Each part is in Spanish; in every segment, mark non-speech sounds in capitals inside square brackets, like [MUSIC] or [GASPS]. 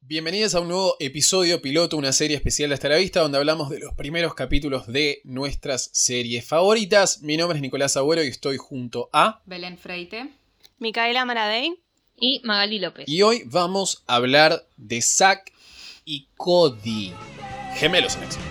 Bienvenidos a un nuevo episodio piloto, una serie especial de Hasta la Vista, donde hablamos de los primeros capítulos de nuestras series favoritas. Mi nombre es Nicolás Agüero y estoy junto a... Belén Freite. Micaela Maradei. Y Magali López. Y hoy vamos a hablar de Zack y Cody. Gemelos en acción.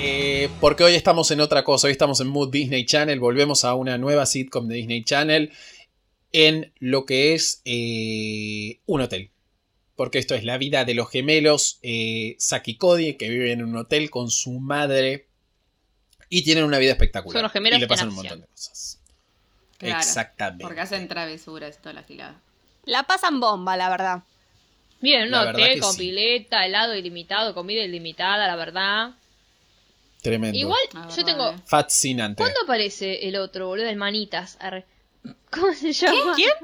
Eh, porque hoy estamos en otra cosa, hoy estamos en Mood Disney Channel, volvemos a una nueva sitcom de Disney Channel en lo que es eh, un hotel. Porque esto es la vida de los gemelos eh, Zack y Cody, que viven en un hotel con su madre y tienen una vida espectacular. Son los gemelos y le pasan en un montón acción. de cosas. Claro, Exactamente. Porque hacen travesuras toda la gilada. La pasan bomba, la verdad. Miren, un La verdad que hotel con sí. pileta, helado ilimitado, comida ilimitada, la verdad. Tremendo. Igual, La verdad, yo tengo. eh. Fascinante. ¿Cuándo aparece el otro, boludo? El manitas. arre. [LAUGHS] ¿Cómo se llama? ¿Quién? [LAUGHS]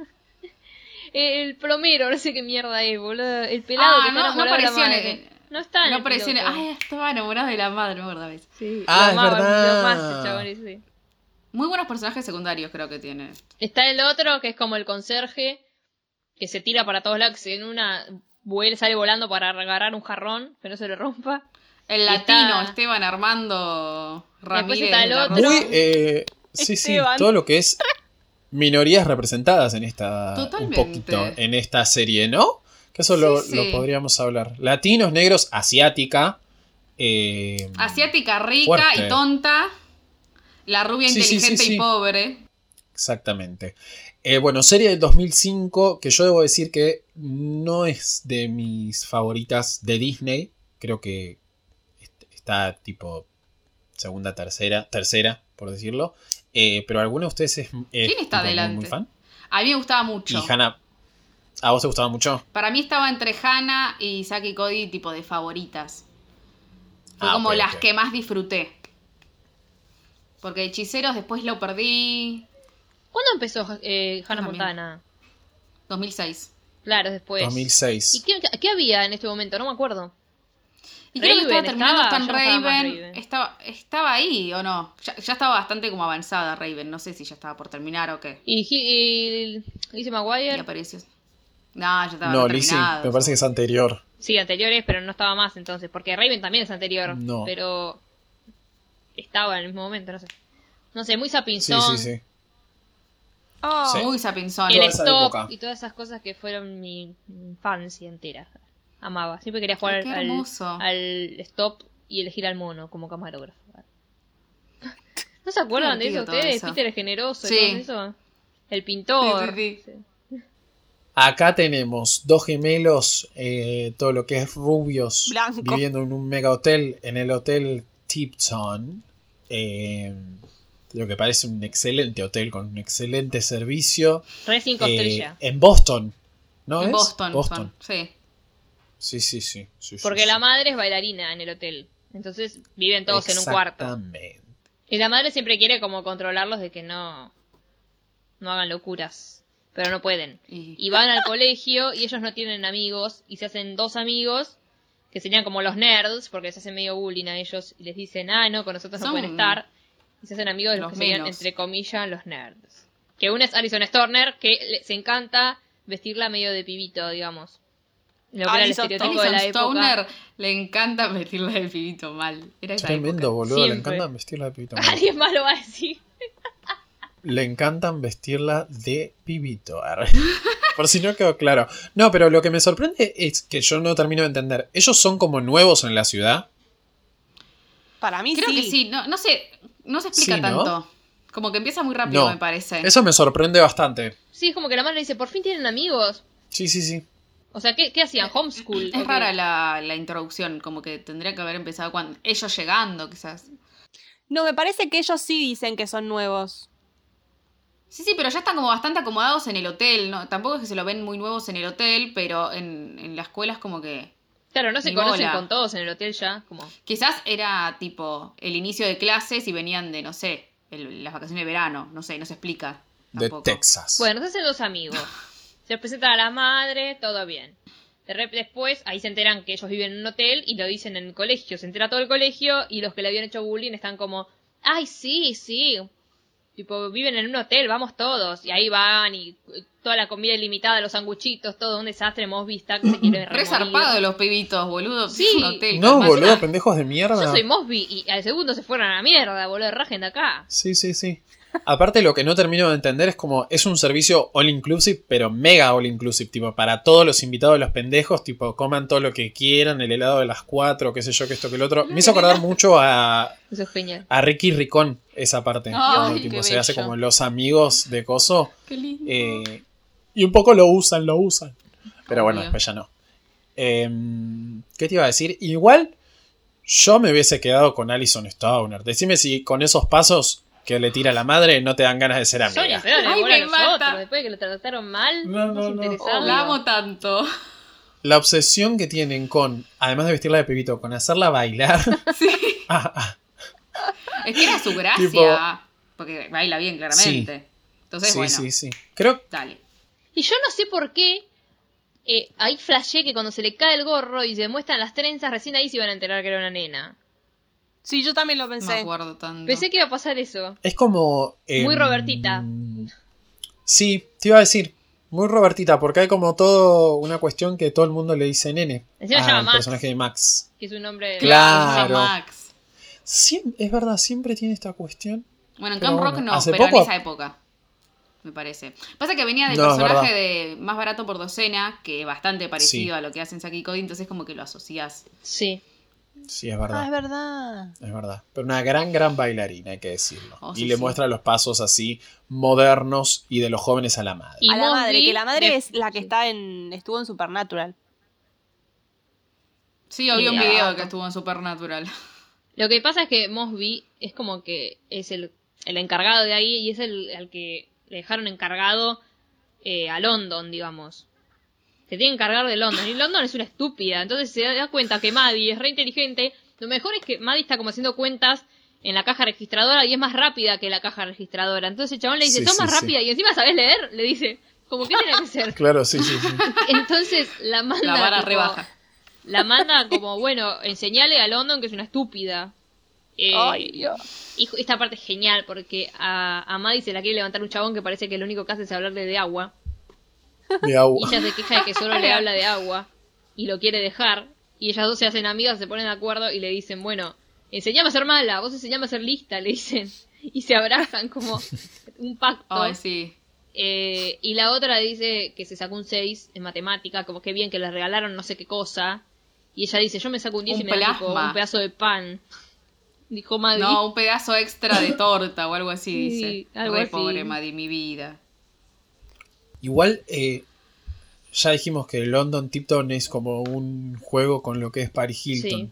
El plomero, no sé qué mierda es, boludo. El pelado Ah, que está no- no enamorado de la apareció en madre. el- Ah, No está en No el apareció en- piloto. Ay, estaba enamorado de la madre, me acuerdo, ¿ves? Sí, lo Ah, es amaba, verdad. lo amaba ese chabón ese. Muy buenos personajes secundarios creo que tiene. Está el otro que es como el conserje que se tira para todos lados, que se- en una vuel sale volando para agarrar un jarrón, que no se le rompa. El Y latino, está- Esteban Armando Ramírez. está el de la otro. Rosa. Muy, eh, sí, sí, Esteban. todo lo que es minorías representadas en esta, Totalmente. un poquito, en esta serie, ¿no? Que eso lo, Sí, sí. lo podríamos hablar. Latinos, negros, asiática. eh, Asiática rica Fuerte. y tonta. La rubia Sí, sí, sí, inteligente sí. y pobre. Exactamente. Eh, bueno, serie del 2005 que yo debo decir que no es de mis favoritas de Disney. Creo que est- está tipo segunda, tercera, tercera, por decirlo. Eh, pero alguno de ustedes es, es ¿Quién está tipo muy, adelante? muy fan. A mí me gustaba mucho. Y Hannah, ¿a vos te gustaba mucho? Para mí estaba entre Hannah y Saki Cody tipo de favoritas. Fue Ah, como ok, las ok. que más disfruté. Porque Hechiceros después lo perdí. ¿Cuándo empezó eh, Hannah También. Montana? 2006. Claro, después. 2006. Pues, ¿Y qué, qué había en este momento? No me acuerdo. Y creo que estaba Raven, terminando ¿estaba? Stan Yo no estaba más Raven. Raven. Estaba, estaba ahí o no. Ya, ya estaba bastante como avanzada Raven. No sé si ya estaba por terminar o qué. Y, Hi- y Lizzie Y McGuire. apareció. No, ya estaba No, Lizzie, terminada. me parece que es anterior. Sí, anteriores, pero no estaba más entonces. Porque Raven también es anterior. No. Pero estaba en el mismo momento, no sé. No sé, muy Sí, sapinzón. sí, sí. Oh, Sí. Muy sapinzón. El Toda esa stop época. y todas esas cosas que fueron mi infancia entera. Amaba. Siempre quería jugar Ay, qué al, hermoso. al stop y elegir al mono [LAUGHS] como camarógrafo. ¿No se acuerdan de eso divertido todo ustedes? eso. Peter el generoso Sí. y todo eso. El pintor. Sí, sí, Acá tenemos dos gemelos, eh, todo lo que es rubios, Blanco. viviendo en un mega hotel, en el hotel Tipton. eh, lo que parece un excelente hotel con un excelente servicio. Re cinco eh, estrellas. en Boston, ¿no En es? Boston, son. Sí. Sí, sí, sí. sí, sí, Porque sí. la madre es bailarina en el hotel. Entonces viven todos en un cuarto. Exactamente. Y la madre siempre quiere como controlarlos de que no, no hagan locuras. Pero no pueden. Y- y van al colegio y ellos no tienen amigos y se hacen dos amigos que serían como los nerds porque se hacen medio bullying a ellos y les dicen ah no con nosotros no Son pueden estar y se hacen amigos de los, los que serían menos. entre comillas los nerds que uno es Alison Storner que le- se encanta vestirla medio de pibito digamos lo que era el Alison estereotipo de Alison la Stoner época le encanta [LAUGHS] meterla de pibito mal. Era esa Tremendo, época. boludo. Siempre. Le encantan vestirla de [LAUGHS] pibito. [LAUGHS] alguien más lo va a decir Le encantan vestirla de pibito. arre. [LAUGHS] Por si no quedó claro. No, pero lo que me sorprende es que yo no termino de entender. Ellos son como nuevos en la ciudad. para mí Creo sí. que sí. No, no sé. No se explica Sí, ¿no? tanto. Como que empieza muy rápido, No. me parece. Eso me sorprende bastante. sí es como que la madre le dice por fin tienen amigos Sí, sí, sí. o sea qué, qué hacían homeschool Es Ok. rara la, la introducción, como que tendría que haber empezado cuando ellos llegando, quizás. No, me parece que ellos sí dicen que son nuevos. Sí, sí, pero ya están como bastante acomodados en el hotel, ¿no? Tampoco es que se lo ven muy nuevos en el hotel, pero en, en la escuela es como que... claro no se Ni conocen bola. con todos en el hotel ya como Quizás era tipo el inicio de clases y venían de, no sé, el- las vacaciones de verano, no sé, no se explica. De tampoco. Texas. Bueno, se hacen los amigos. Se presentan a la madre, todo bien. De rep después, ahí se enteran que ellos viven en un hotel y lo dicen en el colegio. Se entera todo el colegio y los que le habían hecho bullying están como, ay, sí, sí. Tipo, viven en un hotel, vamos todos. Y ahí van y eh, toda la comida ilimitada, los sanguchitos, todo un desastre. Mosby está que se [CLEARS THROAT] quiere Re remorir. zarpado los pibitos, boludo. Sí. Es un hotel, No, capaz. boludo, pendejos de mierda. Yo soy Mosby y al segundo se fueron a la mierda, boludo, rajen de acá. Sí, sí, sí. Aparte, lo que no termino de entender es como es un servicio all inclusive, pero mega all inclusive, tipo, para todos los invitados, los pendejos, tipo, coman todo lo que quieran, el helado de las cuatro, qué sé yo, que esto, que el otro. Me hizo acordar mucho a, Eso es genial. a Ricky Ricón, esa parte. Ay, cuando, qué tipo, se bello. hace como los amigos de Coso. Qué lindo. eh, y un poco lo usan, lo usan. Pero bueno, Obvio. después ya no. Em, ¿Qué te iba a decir? Igual yo me hubiese quedado con Alison Stoner. Decime si con esos pasos que le tira la madre no te dan ganas de ser Sonia, amiga. pero le Ay, bola a me nosotros, mata. después de que lo trataron mal, No, nos no, no. interesaba. Oh, la amo [LAUGHS] tanto. La obsesión que tienen con, además de vestirla de pibito, con hacerla bailar. [LAUGHS] Ah, ah, Es que era su gracia. Tipo- porque baila bien, claramente. Entonces, sí, bueno, sí, sí. Creo dale. Y yo no sé por qué. eh, ahí flashé que cuando se le cae el gorro y se muestran las trenzas, recién ahí se iban a enterar que era una nena. Sí, yo también lo No pensé. me acuerdo tanto. Pensé que iba a pasar eso. Es como. em, Muy Robertita. Sí, te iba a decir. Muy Robertita, porque hay como todo una cuestión que todo el mundo le dice nene. Encima se al llama Max. personaje de Max. Que es un nombre. Claro. Usa Max. Siem- es verdad, siempre tiene esta cuestión. Bueno, en Pero Camp bueno, Rock no, hace pero poco- en esa época. Me parece. Pasa que venía del No, es personaje de más barato por docena, que bastante parecido Sí. a lo que hacen Saki y Cody, entonces como que lo asocias. Sí. Sí, es Ah, es verdad. verdad. Es verdad. Pero una gran, gran bailarina, hay que decirlo. Oh, y sí, le sí. muestra los pasos así modernos y de los jóvenes a la madre. Y a la Mosby madre, que la madre de- es la que sí. está en. estuvo en Supernatural. Sí, o vi un Mira. video que estuvo en [LAUGHS] Supernatural. Lo que pasa es que Mosby es como que es el, el encargado de ahí y es el al que le dejaron encargado eh, a London, digamos. Se tiene que encargar de London. Y London es una estúpida. Entonces se da cuenta que Maddie es re inteligente. Lo mejor es que Maddie está como haciendo cuentas en la caja registradora y es más rápida que la caja registradora. Entonces el chabón le dice, Sí, sos sí, más sí. rápida y encima sabes leer. Le dice, como que tiene [LAUGHS] que ser. Claro, sí, sí, sí. Entonces la manda... La vara tipo, rebaja. La manda como, bueno, enseñale a London que es una estúpida. Eh, Ay, Dios. y ju- esta parte es genial porque a, a Maddie se la quiere levantar un chabón que parece que lo único que hace es hablarle de agua. De [LAUGHS] Y agua. ella se queja de que solo le habla de agua y lo quiere dejar. Y ellas dos se hacen amigas, se ponen de acuerdo y le dicen, bueno, enseñame a ser mala, vos enseñame a ser lista, le dicen. Y se abrazan como un pacto. Ay, sí. Eh, y la otra dice que se sacó un 6 en matemática, como que bien que le regalaron no sé qué cosa. Y ella dice, yo me saco un 10 Un y me dan tipo plasma. un pedazo de pan. [LAUGHS] Dijo Maddie. No, un pedazo extra [LAUGHS] de torta o algo así, Sí, dice. algo Re así. pobre Madi, mi vida. Igual, eh, ya dijimos que London Tipton es como un juego con lo que es Paris Hilton. Sí.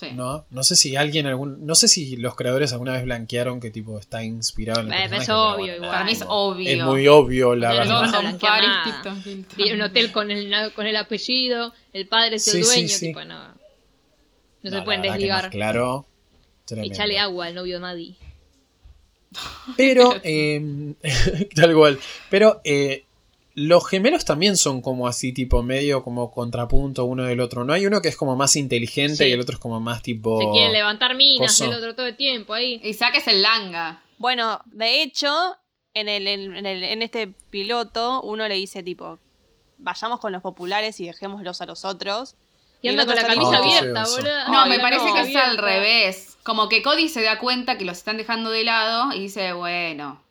Sí. ¿No? No sé si alguien algún. No sé si los creadores alguna vez blanquearon que tipo está inspirado en el Eh, pero personaje, es pero obvio bueno, igual. Para mí es tipo, obvio. Es muy obvio, la Pero verdad. no, no, London, blanquea Paris, nada. Tipton, Hilton. Vi un hotel con el, con el apellido, el padre es el Sí, sí, dueño, sí. tipo, no. No, No, se la pueden verdad que más desligar. Claro. tremendo. Echale agua al novio de Maddie. Pero, eh, [LAUGHS] tal cual. Pero eh, los gemelos también son como así, tipo medio como contrapunto uno del otro. No hay uno que es como más inteligente Sí. y el otro es como más tipo. Se quieren levantar minas, coso. el otro todo el tiempo ahí. Isaac es el langa. Bueno, de hecho, en, el, en, en el- en este piloto, uno le dice, tipo, vayamos con los populares y dejémoslos a los otros. Y anda el con otro la está como- camisa Oh, qué abierta, feo eso. boludo. No, Ay, me la parece camisa que es al abierta. revés. Como que Cody se da cuenta que los están dejando de lado y dice, bueno,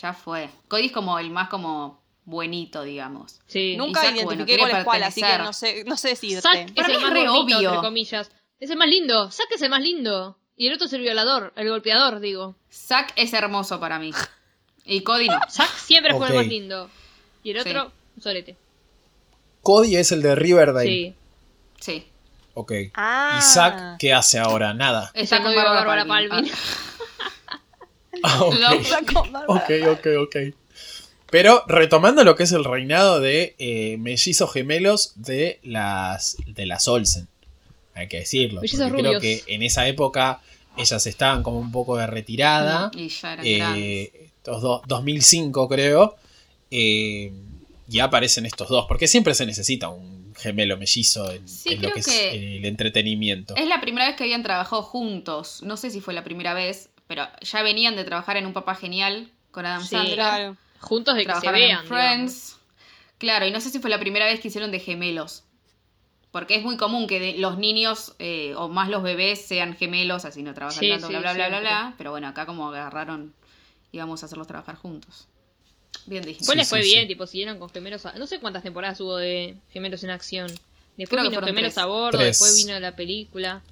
ya fue. Cody es como el más como buenito, digamos. Sí. Nunca Isaac, bueno, identifiqué quiere cuál es cuál, así que pertenecer. no sé, no sé decirte. Zack es Para el mí es más re gordito, obvio. entre comillas. Es el más lindo. Zack es el más lindo. Y el otro es el violador, el golpeador, digo. Zack es hermoso para mí. Y Cody [LAUGHS] no. Zack siempre fue el Ok. más lindo. Y el otro, un sorete. Cody es el de Riverdale. Sí. Sí. Ok. Ah. Isaac, ¿qué hace ahora? Nada. [LAUGHS] Es Está el con novio de Bárbara Bárbara Palvin. Palvin. Ah, ok. Lo- [LAUGHS] Ok, ok, ok. Pero retomando lo que es el reinado de eh, mellizos gemelos de las, de las Olsen. Hay que decirlo. Mellizos Porque creo rubios. que en esa época ellas estaban como un poco de retirada. [LAUGHS] Y ya era grande. Eh, estos dos- 2005 creo. eh, y aparecen estos dos. Porque siempre se necesita un gemelo mellizo en, Sí, en lo creo que, es que- el entretenimiento. Es la primera vez que habían trabajado juntos. No sé si fue la primera vez, pero ya venían de trabajar en Un Papá Genial con Adam Sí. Sandler. Claro. Juntos de que se Trabajaron vean. en digamos. Friends. Claro, y no sé si fue la primera vez que hicieron de gemelos. Porque es muy común que de- los niños eh, o más los bebés sean gemelos, así no trabajan Sí, tanto, sí, bla, bla, bla, bla, siempre. bla. Pero bueno, acá como agarraron y vamos a hacerlos trabajar juntos. Bien dije. Después les Sí, fue sí, bien, sí. tipo, siguieron con gemelos. a- No sé cuántas temporadas hubo de gemelos en acción. Creo Después que vino fueron gemelos tres. a bordo, Tres. después vino la película.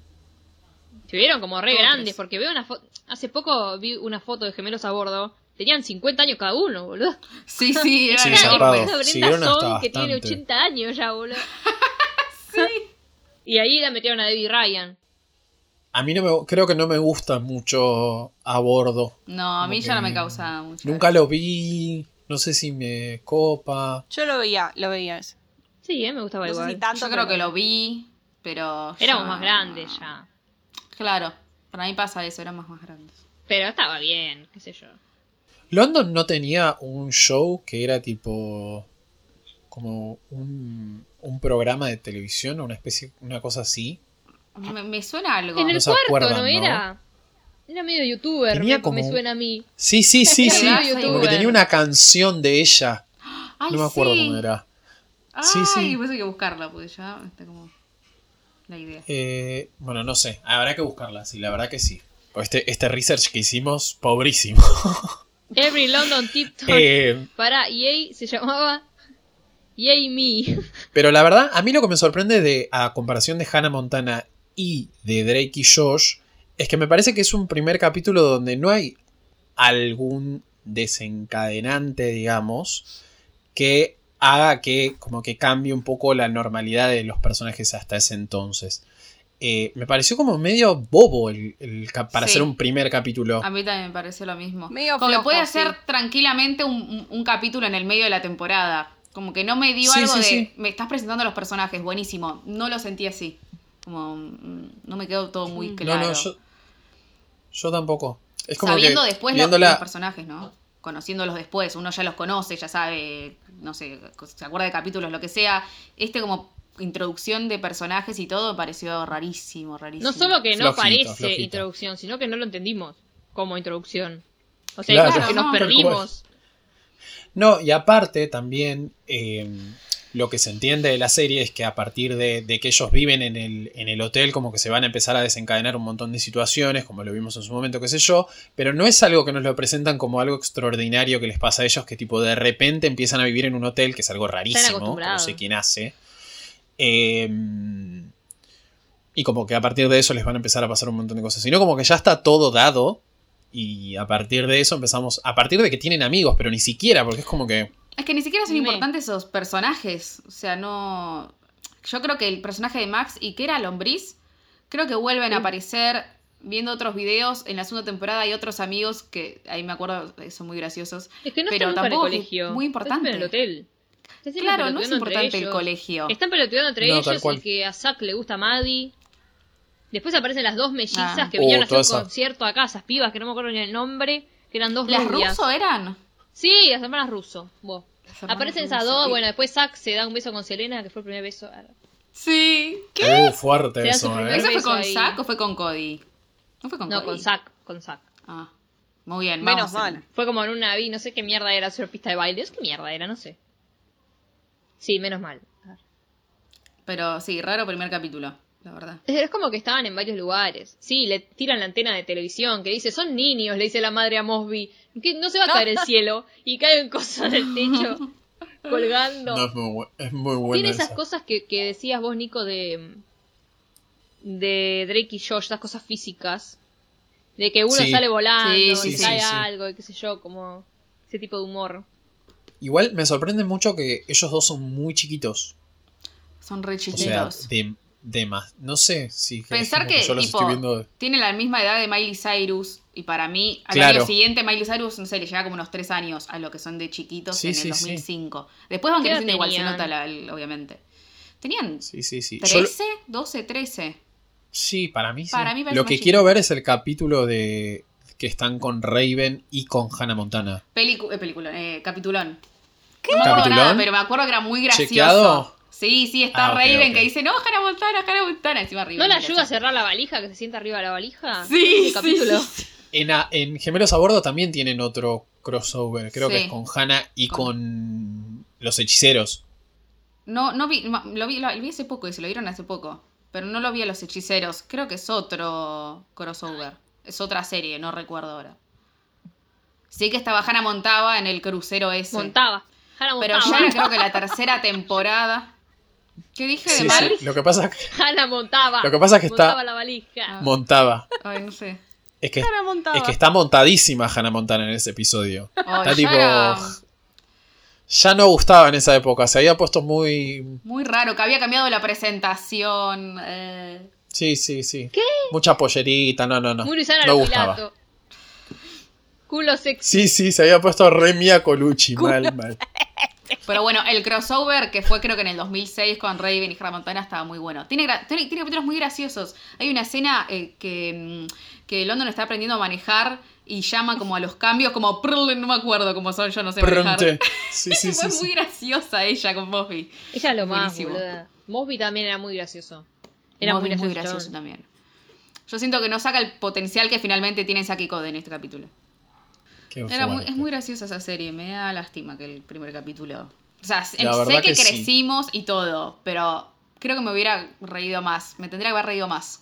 Se vieron como re Todo grandes, tres. porque veo una foto. Hace poco vi una foto de gemelos a bordo. Tenían 50 años cada uno, boludo. Sí, [LAUGHS] sí, era Sí, enorme. zarpado. Esa Brenda Siguieron hasta Song, que tiene bastante. 80 años [LAUGHS] ya, boludo. Y ahí la metieron a Debbie Ryan. A mí no me, creo que no me gusta mucho a bordo. No, a mí Como ya no que me causa mucho. Nunca lo vi, no sé si me copa. Yo lo veía, lo veía eso. Sí, eh, me gustaba No sé igual. si tanto. Yo creo que lo vi, pero. ya- Éramos más grandes ya. Claro, para mí pasa eso, éramos más grandes. Pero estaba bien, qué sé yo. London no tenía un show que era tipo como un, un programa de televisión o una especie, una cosa así. Me, me suena algo. En el No se cuarto, acuerdan, ¿no ¿no? era? Era medio youtuber, Tenía me, como me un- suena a mí. Sí, sí, sí, sí. Era sí, youtuber. Como que tenía una canción de ella. Ay, No me acuerdo sí. cómo era. Ay, Sí, sí. pues hay que buscarla, porque ya está como la idea. Eh, bueno, no sé. Habrá que buscarla, sí, la verdad que sí. O Este, este research que hicimos, pobrísimo. Every London TikTok. Eh, Para EA se llamaba EA Me. pero la verdad, a mí lo que me sorprende de, a comparación de Hannah Montana y de Drake y Josh, es que me parece que es un primer capítulo donde no hay algún desencadenante, digamos, que haga que como que cambie un poco la normalidad de los personajes hasta ese entonces. Eh, me pareció como medio bobo el, el cap- para Sí. hacer un primer capítulo. A mí también me pareció lo mismo. Medio como que flojo, puede sí. hacer tranquilamente un, un- un capítulo en el medio de la temporada. Como que no me dio Sí, algo sí, de. sí. Me estás presentando a los personajes, buenísimo. No lo sentí así. Como. mm, No me quedó todo muy Mm. claro. No, no, yo, yo tampoco. Es como Sabiendo que después los- viéndola- los personajes, ¿no? Conociéndolos después, uno ya los conoce, ya sabe, no sé, se acuerda de capítulos, lo que sea. Este como introducción de personajes y todo me pareció rarísimo, rarísimo. No solo que no Flojito, parece flojito. introducción, sino que no lo entendimos como introducción. O sea, hay Claro. cosas que No, nos tal perdimos. No, y aparte también eh, lo que se entiende de la serie es que a partir de, de que ellos viven en el, en el hotel, como que se van a empezar a desencadenar un montón de situaciones, como lo vimos en su momento, qué sé yo, pero no es algo que nos lo presentan como algo extraordinario que les pasa a ellos, que tipo de repente empiezan a vivir en un hotel, que es algo rarísimo, que no acostumbrados. sé quién hace. Eh, y como que a partir de eso les van a empezar a pasar un montón de cosas, sino como que ya está todo dado. Y a partir de eso empezamos. A partir de que tienen amigos, pero ni siquiera, porque es como que. Es que ni siquiera son Me. importantes esos personajes. O sea, no. Yo creo que el personaje de Max y que era Lombriz, creo que vuelven a aparecer viendo otros videos en la segunda temporada y otros amigos que ahí me acuerdo son muy graciosos. Es que no Pero están nunca en el tampoco es colegio. muy importante. Están siempre en el hotel. Están siempre Claro, no es pelotudeando entre importante el ellos. colegio. Están peloteando entre No, tal ellos cual. el que a Zack le gusta a Maddie. Después aparecen las dos mellizas Ah. que Oh, vinieron a hacer un todas esas- concierto acá, esas pibas que no me acuerdo ni el nombre, que eran dos ¿Las rubias. ruso eran? Sí, las hermanas ruso. Vos. Las hermanas Aparecen esas ruso. dos, Y- bueno, después Zack se da un beso con Selena, que fue el primer beso. Sí. Uh, fuerte Será eso, su ¿eh? primer- ¿Eso fue beso con ahí. Zack o fue con Cody? No fue con No, Cody. con Zack, con Zack. Ah, muy bien. Menos vamos a- mal. Fue como en una vi, no sé qué mierda era, hacer pista de baile, es qué mierda era, no sé. Sí, menos mal. Pero sí, raro primer capítulo, la verdad. Es- Es como que estaban en varios lugares. Sí, le tiran la antena de televisión que dice, son niños, le dice la madre a Mosby, que no se va a [LAUGHS] caer el cielo y caen cosas del techo colgando. No, es muy, bu- es muy bueno. Tiene esas eso. cosas que, que decías vos, Nico, de, de Drake y Josh, esas cosas físicas. De que uno Sí. sale volando, Sí, y sí, sí, cae sí. algo, y qué sé yo, como ese tipo de humor. Igual me sorprende mucho que ellos dos son muy chiquitos. Son re O sea, chiquitos. de, de más. No sé si. es Pensar como que, yo los tipo, estoy viendo. tiene la misma edad de Miley Cyrus y para mí, al Claro. año siguiente Miley Cyrus, no sé, le llega como unos tres años a lo que son de chiquitos Sí, en sí, el sí. 2005. Después van ¿Qué edad creciendo igual, se tenían? nota, la- el- obviamente. ¿Tenían Sí, sí, sí. Yo lo- 13? ¿12, 13? sí, para mí sí. Para mí parece lo más que chiquito. quiero ver es el capítulo de que están con Raven y con Hannah Montana. Pelicu- eh, película, eh, capitulón. No me acuerdo ¿Capitulón? nada, pero me acuerdo que era muy gracioso. ¿Chequeado? Sí, Sí, sí, Ah, está ok, Raven ok. que dice, no, Hannah Montana, Hannah Montana, encima arriba. ¿No la ayuda a cerrar la valija que se sienta arriba de la valija? Sí, Ese capítulo. sí, sí, sí. En, a- en Gemelos a Bordo también tienen otro crossover, creo Sí. que es con Hannah y con los hechiceros. No, no vi, ma- lo vi, lo, lo vi hace poco y se lo dieron hace poco, pero no lo vi a los hechiceros. Creo que es otro crossover, es otra serie, no recuerdo ahora. Sí que estaba Hannah Montaba en el crucero ese. Montaba. Hannah Pero ya montaba. [LAUGHS] era creo que la tercera temporada. ¿Qué dije de Sí, mal? sí. Lo que pasa es que Hannah montaba. Lo que pasa es que está- Ah, montaba la valija. Ah. montaba. Ay, no sé. Es que, Cara montada. es que está montadísima Hannah Montana en ese episodio. Ay, Está ya tipo. era Ya no gustaba en esa época. Se había puesto muy. muy raro, que había cambiado la presentación. eh. Sí, sí, sí. ¿Qué? Mucha pollerita, no, no, no. Muy Luisana no gustaba. Pilato. Culo sexy. Sí, sí, se había puesto re Mia Colucci, mal, mal. Pero bueno, el crossover que fue creo que en el 2006 con Raven y Hannah Montana estaba muy bueno. Tiene, gra- tiene, tiene capítulos muy graciosos. Hay una escena eh, que, mm, que London está aprendiendo a manejar y llama como a los cambios, como prrl, no me acuerdo cómo son, yo no sé manejar. Pronto. Sí, sí, sí. fue sí. muy graciosa ella con Buffy. Ella es lo más, Buenísimo. boluda. Mosby también era muy gracioso. Era Buffy muy gracioso. chabón. también. Yo siento que no saca el potencial que finalmente tiene Saki Code en este capítulo. Qué Era muy- fuerte. es muy graciosa esa serie, me da lástima que el primer capítulo. O sea, sé verdad que, que sí. crecimos y todo, pero creo que me hubiera reído más. Me tendría que haber reído más.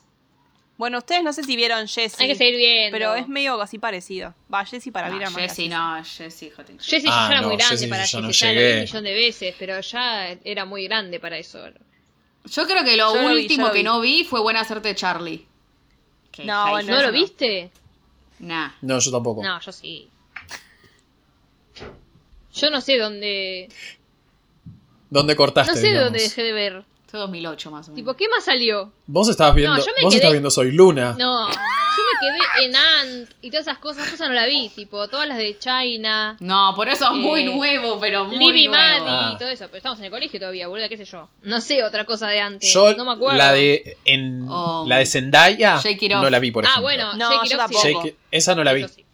Bueno, ustedes no sé si vieron Jessie. Hay que seguir viendo. Pero es medio así parecido. Va, Jessie para mí No, era más Jessy, graciosa. no, Jessy, joder. Jessie Ah, ya era no, muy grande Jessie, para yo no Jessie, ya lo llegué. vi un millón de veces, pero ya era muy grande para eso. Yo creo que lo Yo lo vi, último yo lo que vi. no vi fue Buena Suerte Charlie. Que No, hija, bueno, yo ¿No lo no. viste? Nah. No, yo tampoco. No, yo sí. Yo no sé dónde. ¿Dónde cortaste? No sé digamos? dónde dejé de ver. Fue 2008 más o menos. Tipo, ¿qué más salió? Vos estabas viendo, yo me vos estabas quedé- viendo Soy Luna. No, yo me quedé en Ant y todas esas cosas. Yo esa no la vi, tipo, todas las de China, No, por eso es muy Eh, nuevo, pero muy Libby nuevo. Maddie Ah. y todo eso. Pero estamos en el colegio todavía, boluda, qué sé yo. No sé otra cosa de antes. Yo no me acuerdo. la de en Oh. la de Zendaya Shake It Off. no la vi por ah, ejemplo. bueno, No, Shake It yo Off sí. tampoco. Shake- esa no la vi. Eso sí.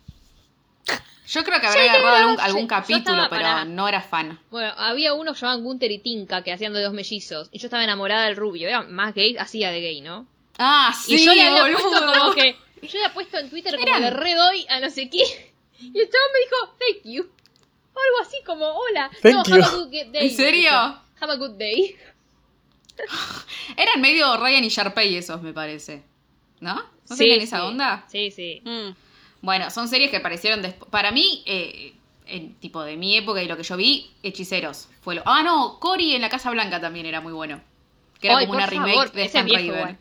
Yo creo que habré agarrado algún, algún yo capítulo, estaba pero para- no era fan. Bueno, había uno que llamaban Gunter y Tinka, que hacían de dos mellizos. Y yo estaba enamorada del rubio. Era más gay, hacía de gay, ¿no? Ah, sí, y yo le había puesto boludo. [LAUGHS] como que. Yo le había puesto en Twitter como Eran- le redoy a no sé qué. Y el chabón me dijo, thank you. O algo así como, hola. no, Thank you. have a good ¿En day. serio? Dijo, Have a good day. Eran medio Ryan y Sharpay esos, me parece. ¿No? ¿No Sí, tienen esa sí. onda? Sí, sí. Mm. [GASPS] Bueno, son series que aparecieron después. Para mí, eh, en- tipo de mi época y lo que yo vi, Hechiceros. Fue lo. Ah, no, Cory en la Casa Blanca también era muy bueno. Que era Ay, como una por remake favor, de ese Stan es viejo Raven. igual.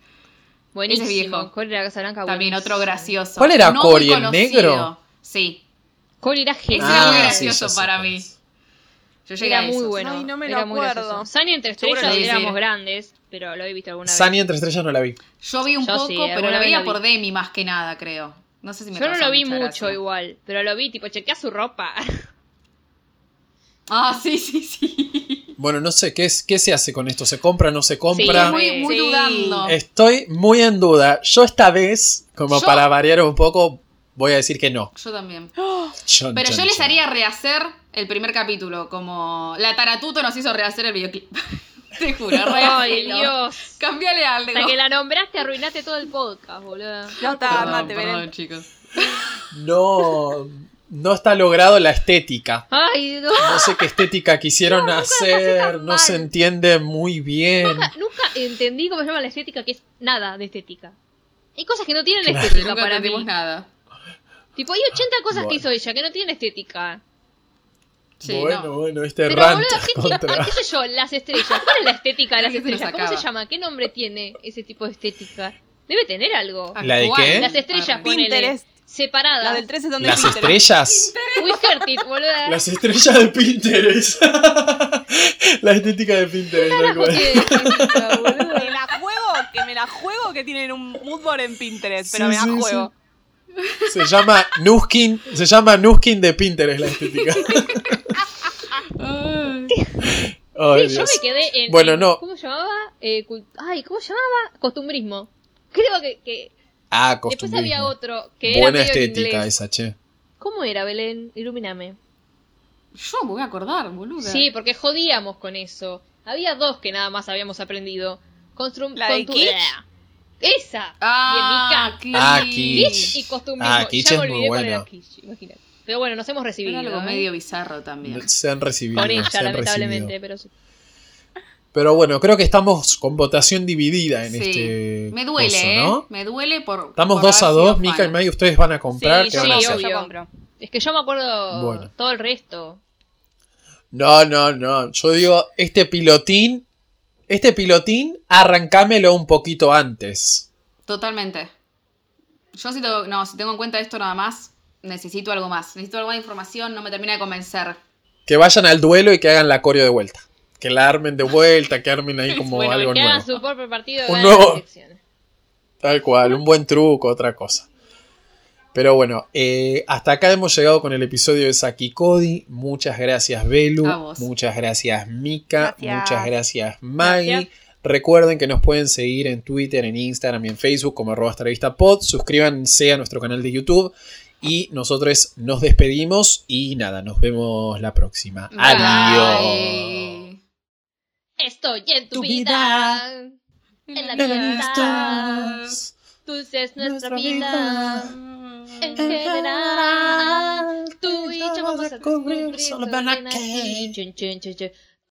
Buenísimo. Ese es viejo. Corey de la Casa Blanca, También buenísimo. otro gracioso. ¿Cuál era muy Cory, el conocido. negro? Sí. Corey era Ese genial. era muy Ah, sí, gracioso ya sé para cuál mí. es. Yo Ah, llegué Era a muy esos. bueno. Ay, no me lo era muy acuerdo. gracioso. Sunny entre Seguro estrellas lo vi, éramos sí. grandes, pero lo he visto alguna vez. Sunny entre estrellas no la vi. Yo vi un Yo poco, sí, pero alguna lo vez veía lo vi. por Demi más que nada, creo. No sé si me Yo no causaba lo vi mucha mucho gracia. igual, pero lo vi, tipo, chequea [LAUGHS] su ropa. Ah, sí, sí, sí. Bueno, no sé, ¿qué, es, ¿qué se hace con esto? ¿Se compra, no se compra? Sí, muy, muy Sí. dudando. Estoy muy en duda. Yo esta vez, como Yo- para variar un poco, voy a decir que no. Yo también. Chon, Pero chon, yo les chon. haría rehacer el primer capítulo, como la Taratuto nos hizo rehacer el videoclip. [LAUGHS] Te juro, Ay, rehacelo. Dios. Cambiale algo. Hasta que la nombraste, arruinaste todo el podcast, boludo. No está, Perdón, mate, perdón, Belén. chicos. No, no está logrado la estética. Ay, no. No sé qué [LAUGHS] estética quisieron hacer, no se mal. entiende muy bien. Nunca entendí cómo se llama la estética, que es nada de estética. Hay cosas que no tienen Claro. estética Nunca para mí. entendimos nada. Tipo, hay 80 cosas Bueno. que hizo ella que no tienen estética. [LAUGHS] Sí, bueno, no. bueno, este Pero, rant [LAUGHS] boludo, ¿qué, contra... [LAUGHS] qué sé yo? Las estrellas. ¿Cuál es la estética de las Es que se nos estrellas? ¿Cómo se acaba. llama? ¿Qué nombre tiene ese tipo de estética? Debe tener algo. Ah, ¿La de Actual. qué? Las estrellas, Arre. ponele. Pinterest. Separadas. Las del 13 son de Las Twitter. [LAUGHS] estrellas. [LAUGHS] Wizarded, boluda. Las estrellas de Pinterest. [LAUGHS] la estética de Pinterest. tal Carajo, cual. qué [LAUGHS] estética, boluda. Me la juego, que me la juego que tienen un mood board en Pinterest, pero Sí, me la sí, sí. juego. Se llama Nuskin, se llama Nuskin de Pinterest la estética. Ay. [LAUGHS] Ay, Sí, yo Dios. me quedé en. Bueno, en- no. ¿Cómo se llamaba? Eh, cult- Ay, ¿cómo se llamaba? Costumbrismo. Creo que. que- Ah, Después costumbrismo. había otro que era. Buena medio en estética inglés. esa, che. ¿Cómo era, Belén? Ilumíname. Yo me voy a acordar, boluda. Sí, porque jodíamos con eso. Había dos que nada más habíamos aprendido. Constru ¿La de contu- Kitsch? Esa. Ah, y Kitsch. Ah, en mi Kitsch. Kitsch. y costumbrismo. Ah, Kitsch ya me es muy olvidé cuál bueno. era Kitsch, imagínate. Pero bueno, nos hemos Era recibido. algo ¿eh? medio bizarro también. Se han recibido. Con se ella, han lamentablemente. recibido. Pero sí. Pero bueno, creo que estamos con votación dividida en Sí. este. Me duele, coso, ¿eh? ¿no? Me duele por. Estamos por 2 a haber sido 2, Mika y fan. May, ustedes van a comprar. Sí, ¿qué yo, van a sí, hacer? compro, obvio. yo compro. Es que yo me acuerdo Bueno. todo el resto. No, no, no. Yo digo, este pilotín, este pilotín, arrancámelo un poquito antes. Totalmente. Yo si tengo, no, si tengo en cuenta esto nada más, necesito algo más. Necesito algo más de información, no me termina de convencer. Que vayan al duelo y que hagan la coreo de vuelta. Que la armen de vuelta, que armen ahí como bueno, algo que nuevo. hagan su propio partido. Un ganan nuevo- las elecciones. Tal cual, un buen truco, otra cosa. Pero bueno, eh, hasta acá hemos llegado con el episodio de Saki Cody. Muchas gracias, Belu. A vos. Muchas gracias, Mika. Gracias. Muchas gracias, Mai. Gracias. Recuerden que nos pueden seguir en Twitter, en Instagram y en Facebook como arroba pod. Suscríbanse a nuestro canal de YouTube. Y nosotros nos despedimos. Y nada, nos vemos la próxima. Ah, Adiós. Bye. Estoy en tu, Tu vida. En la vida. Estás Dulce es nuestra, Nuestra vida. En general. Tú y yo vamos a descubrir. Solo van a Chun, chun, chun, chun.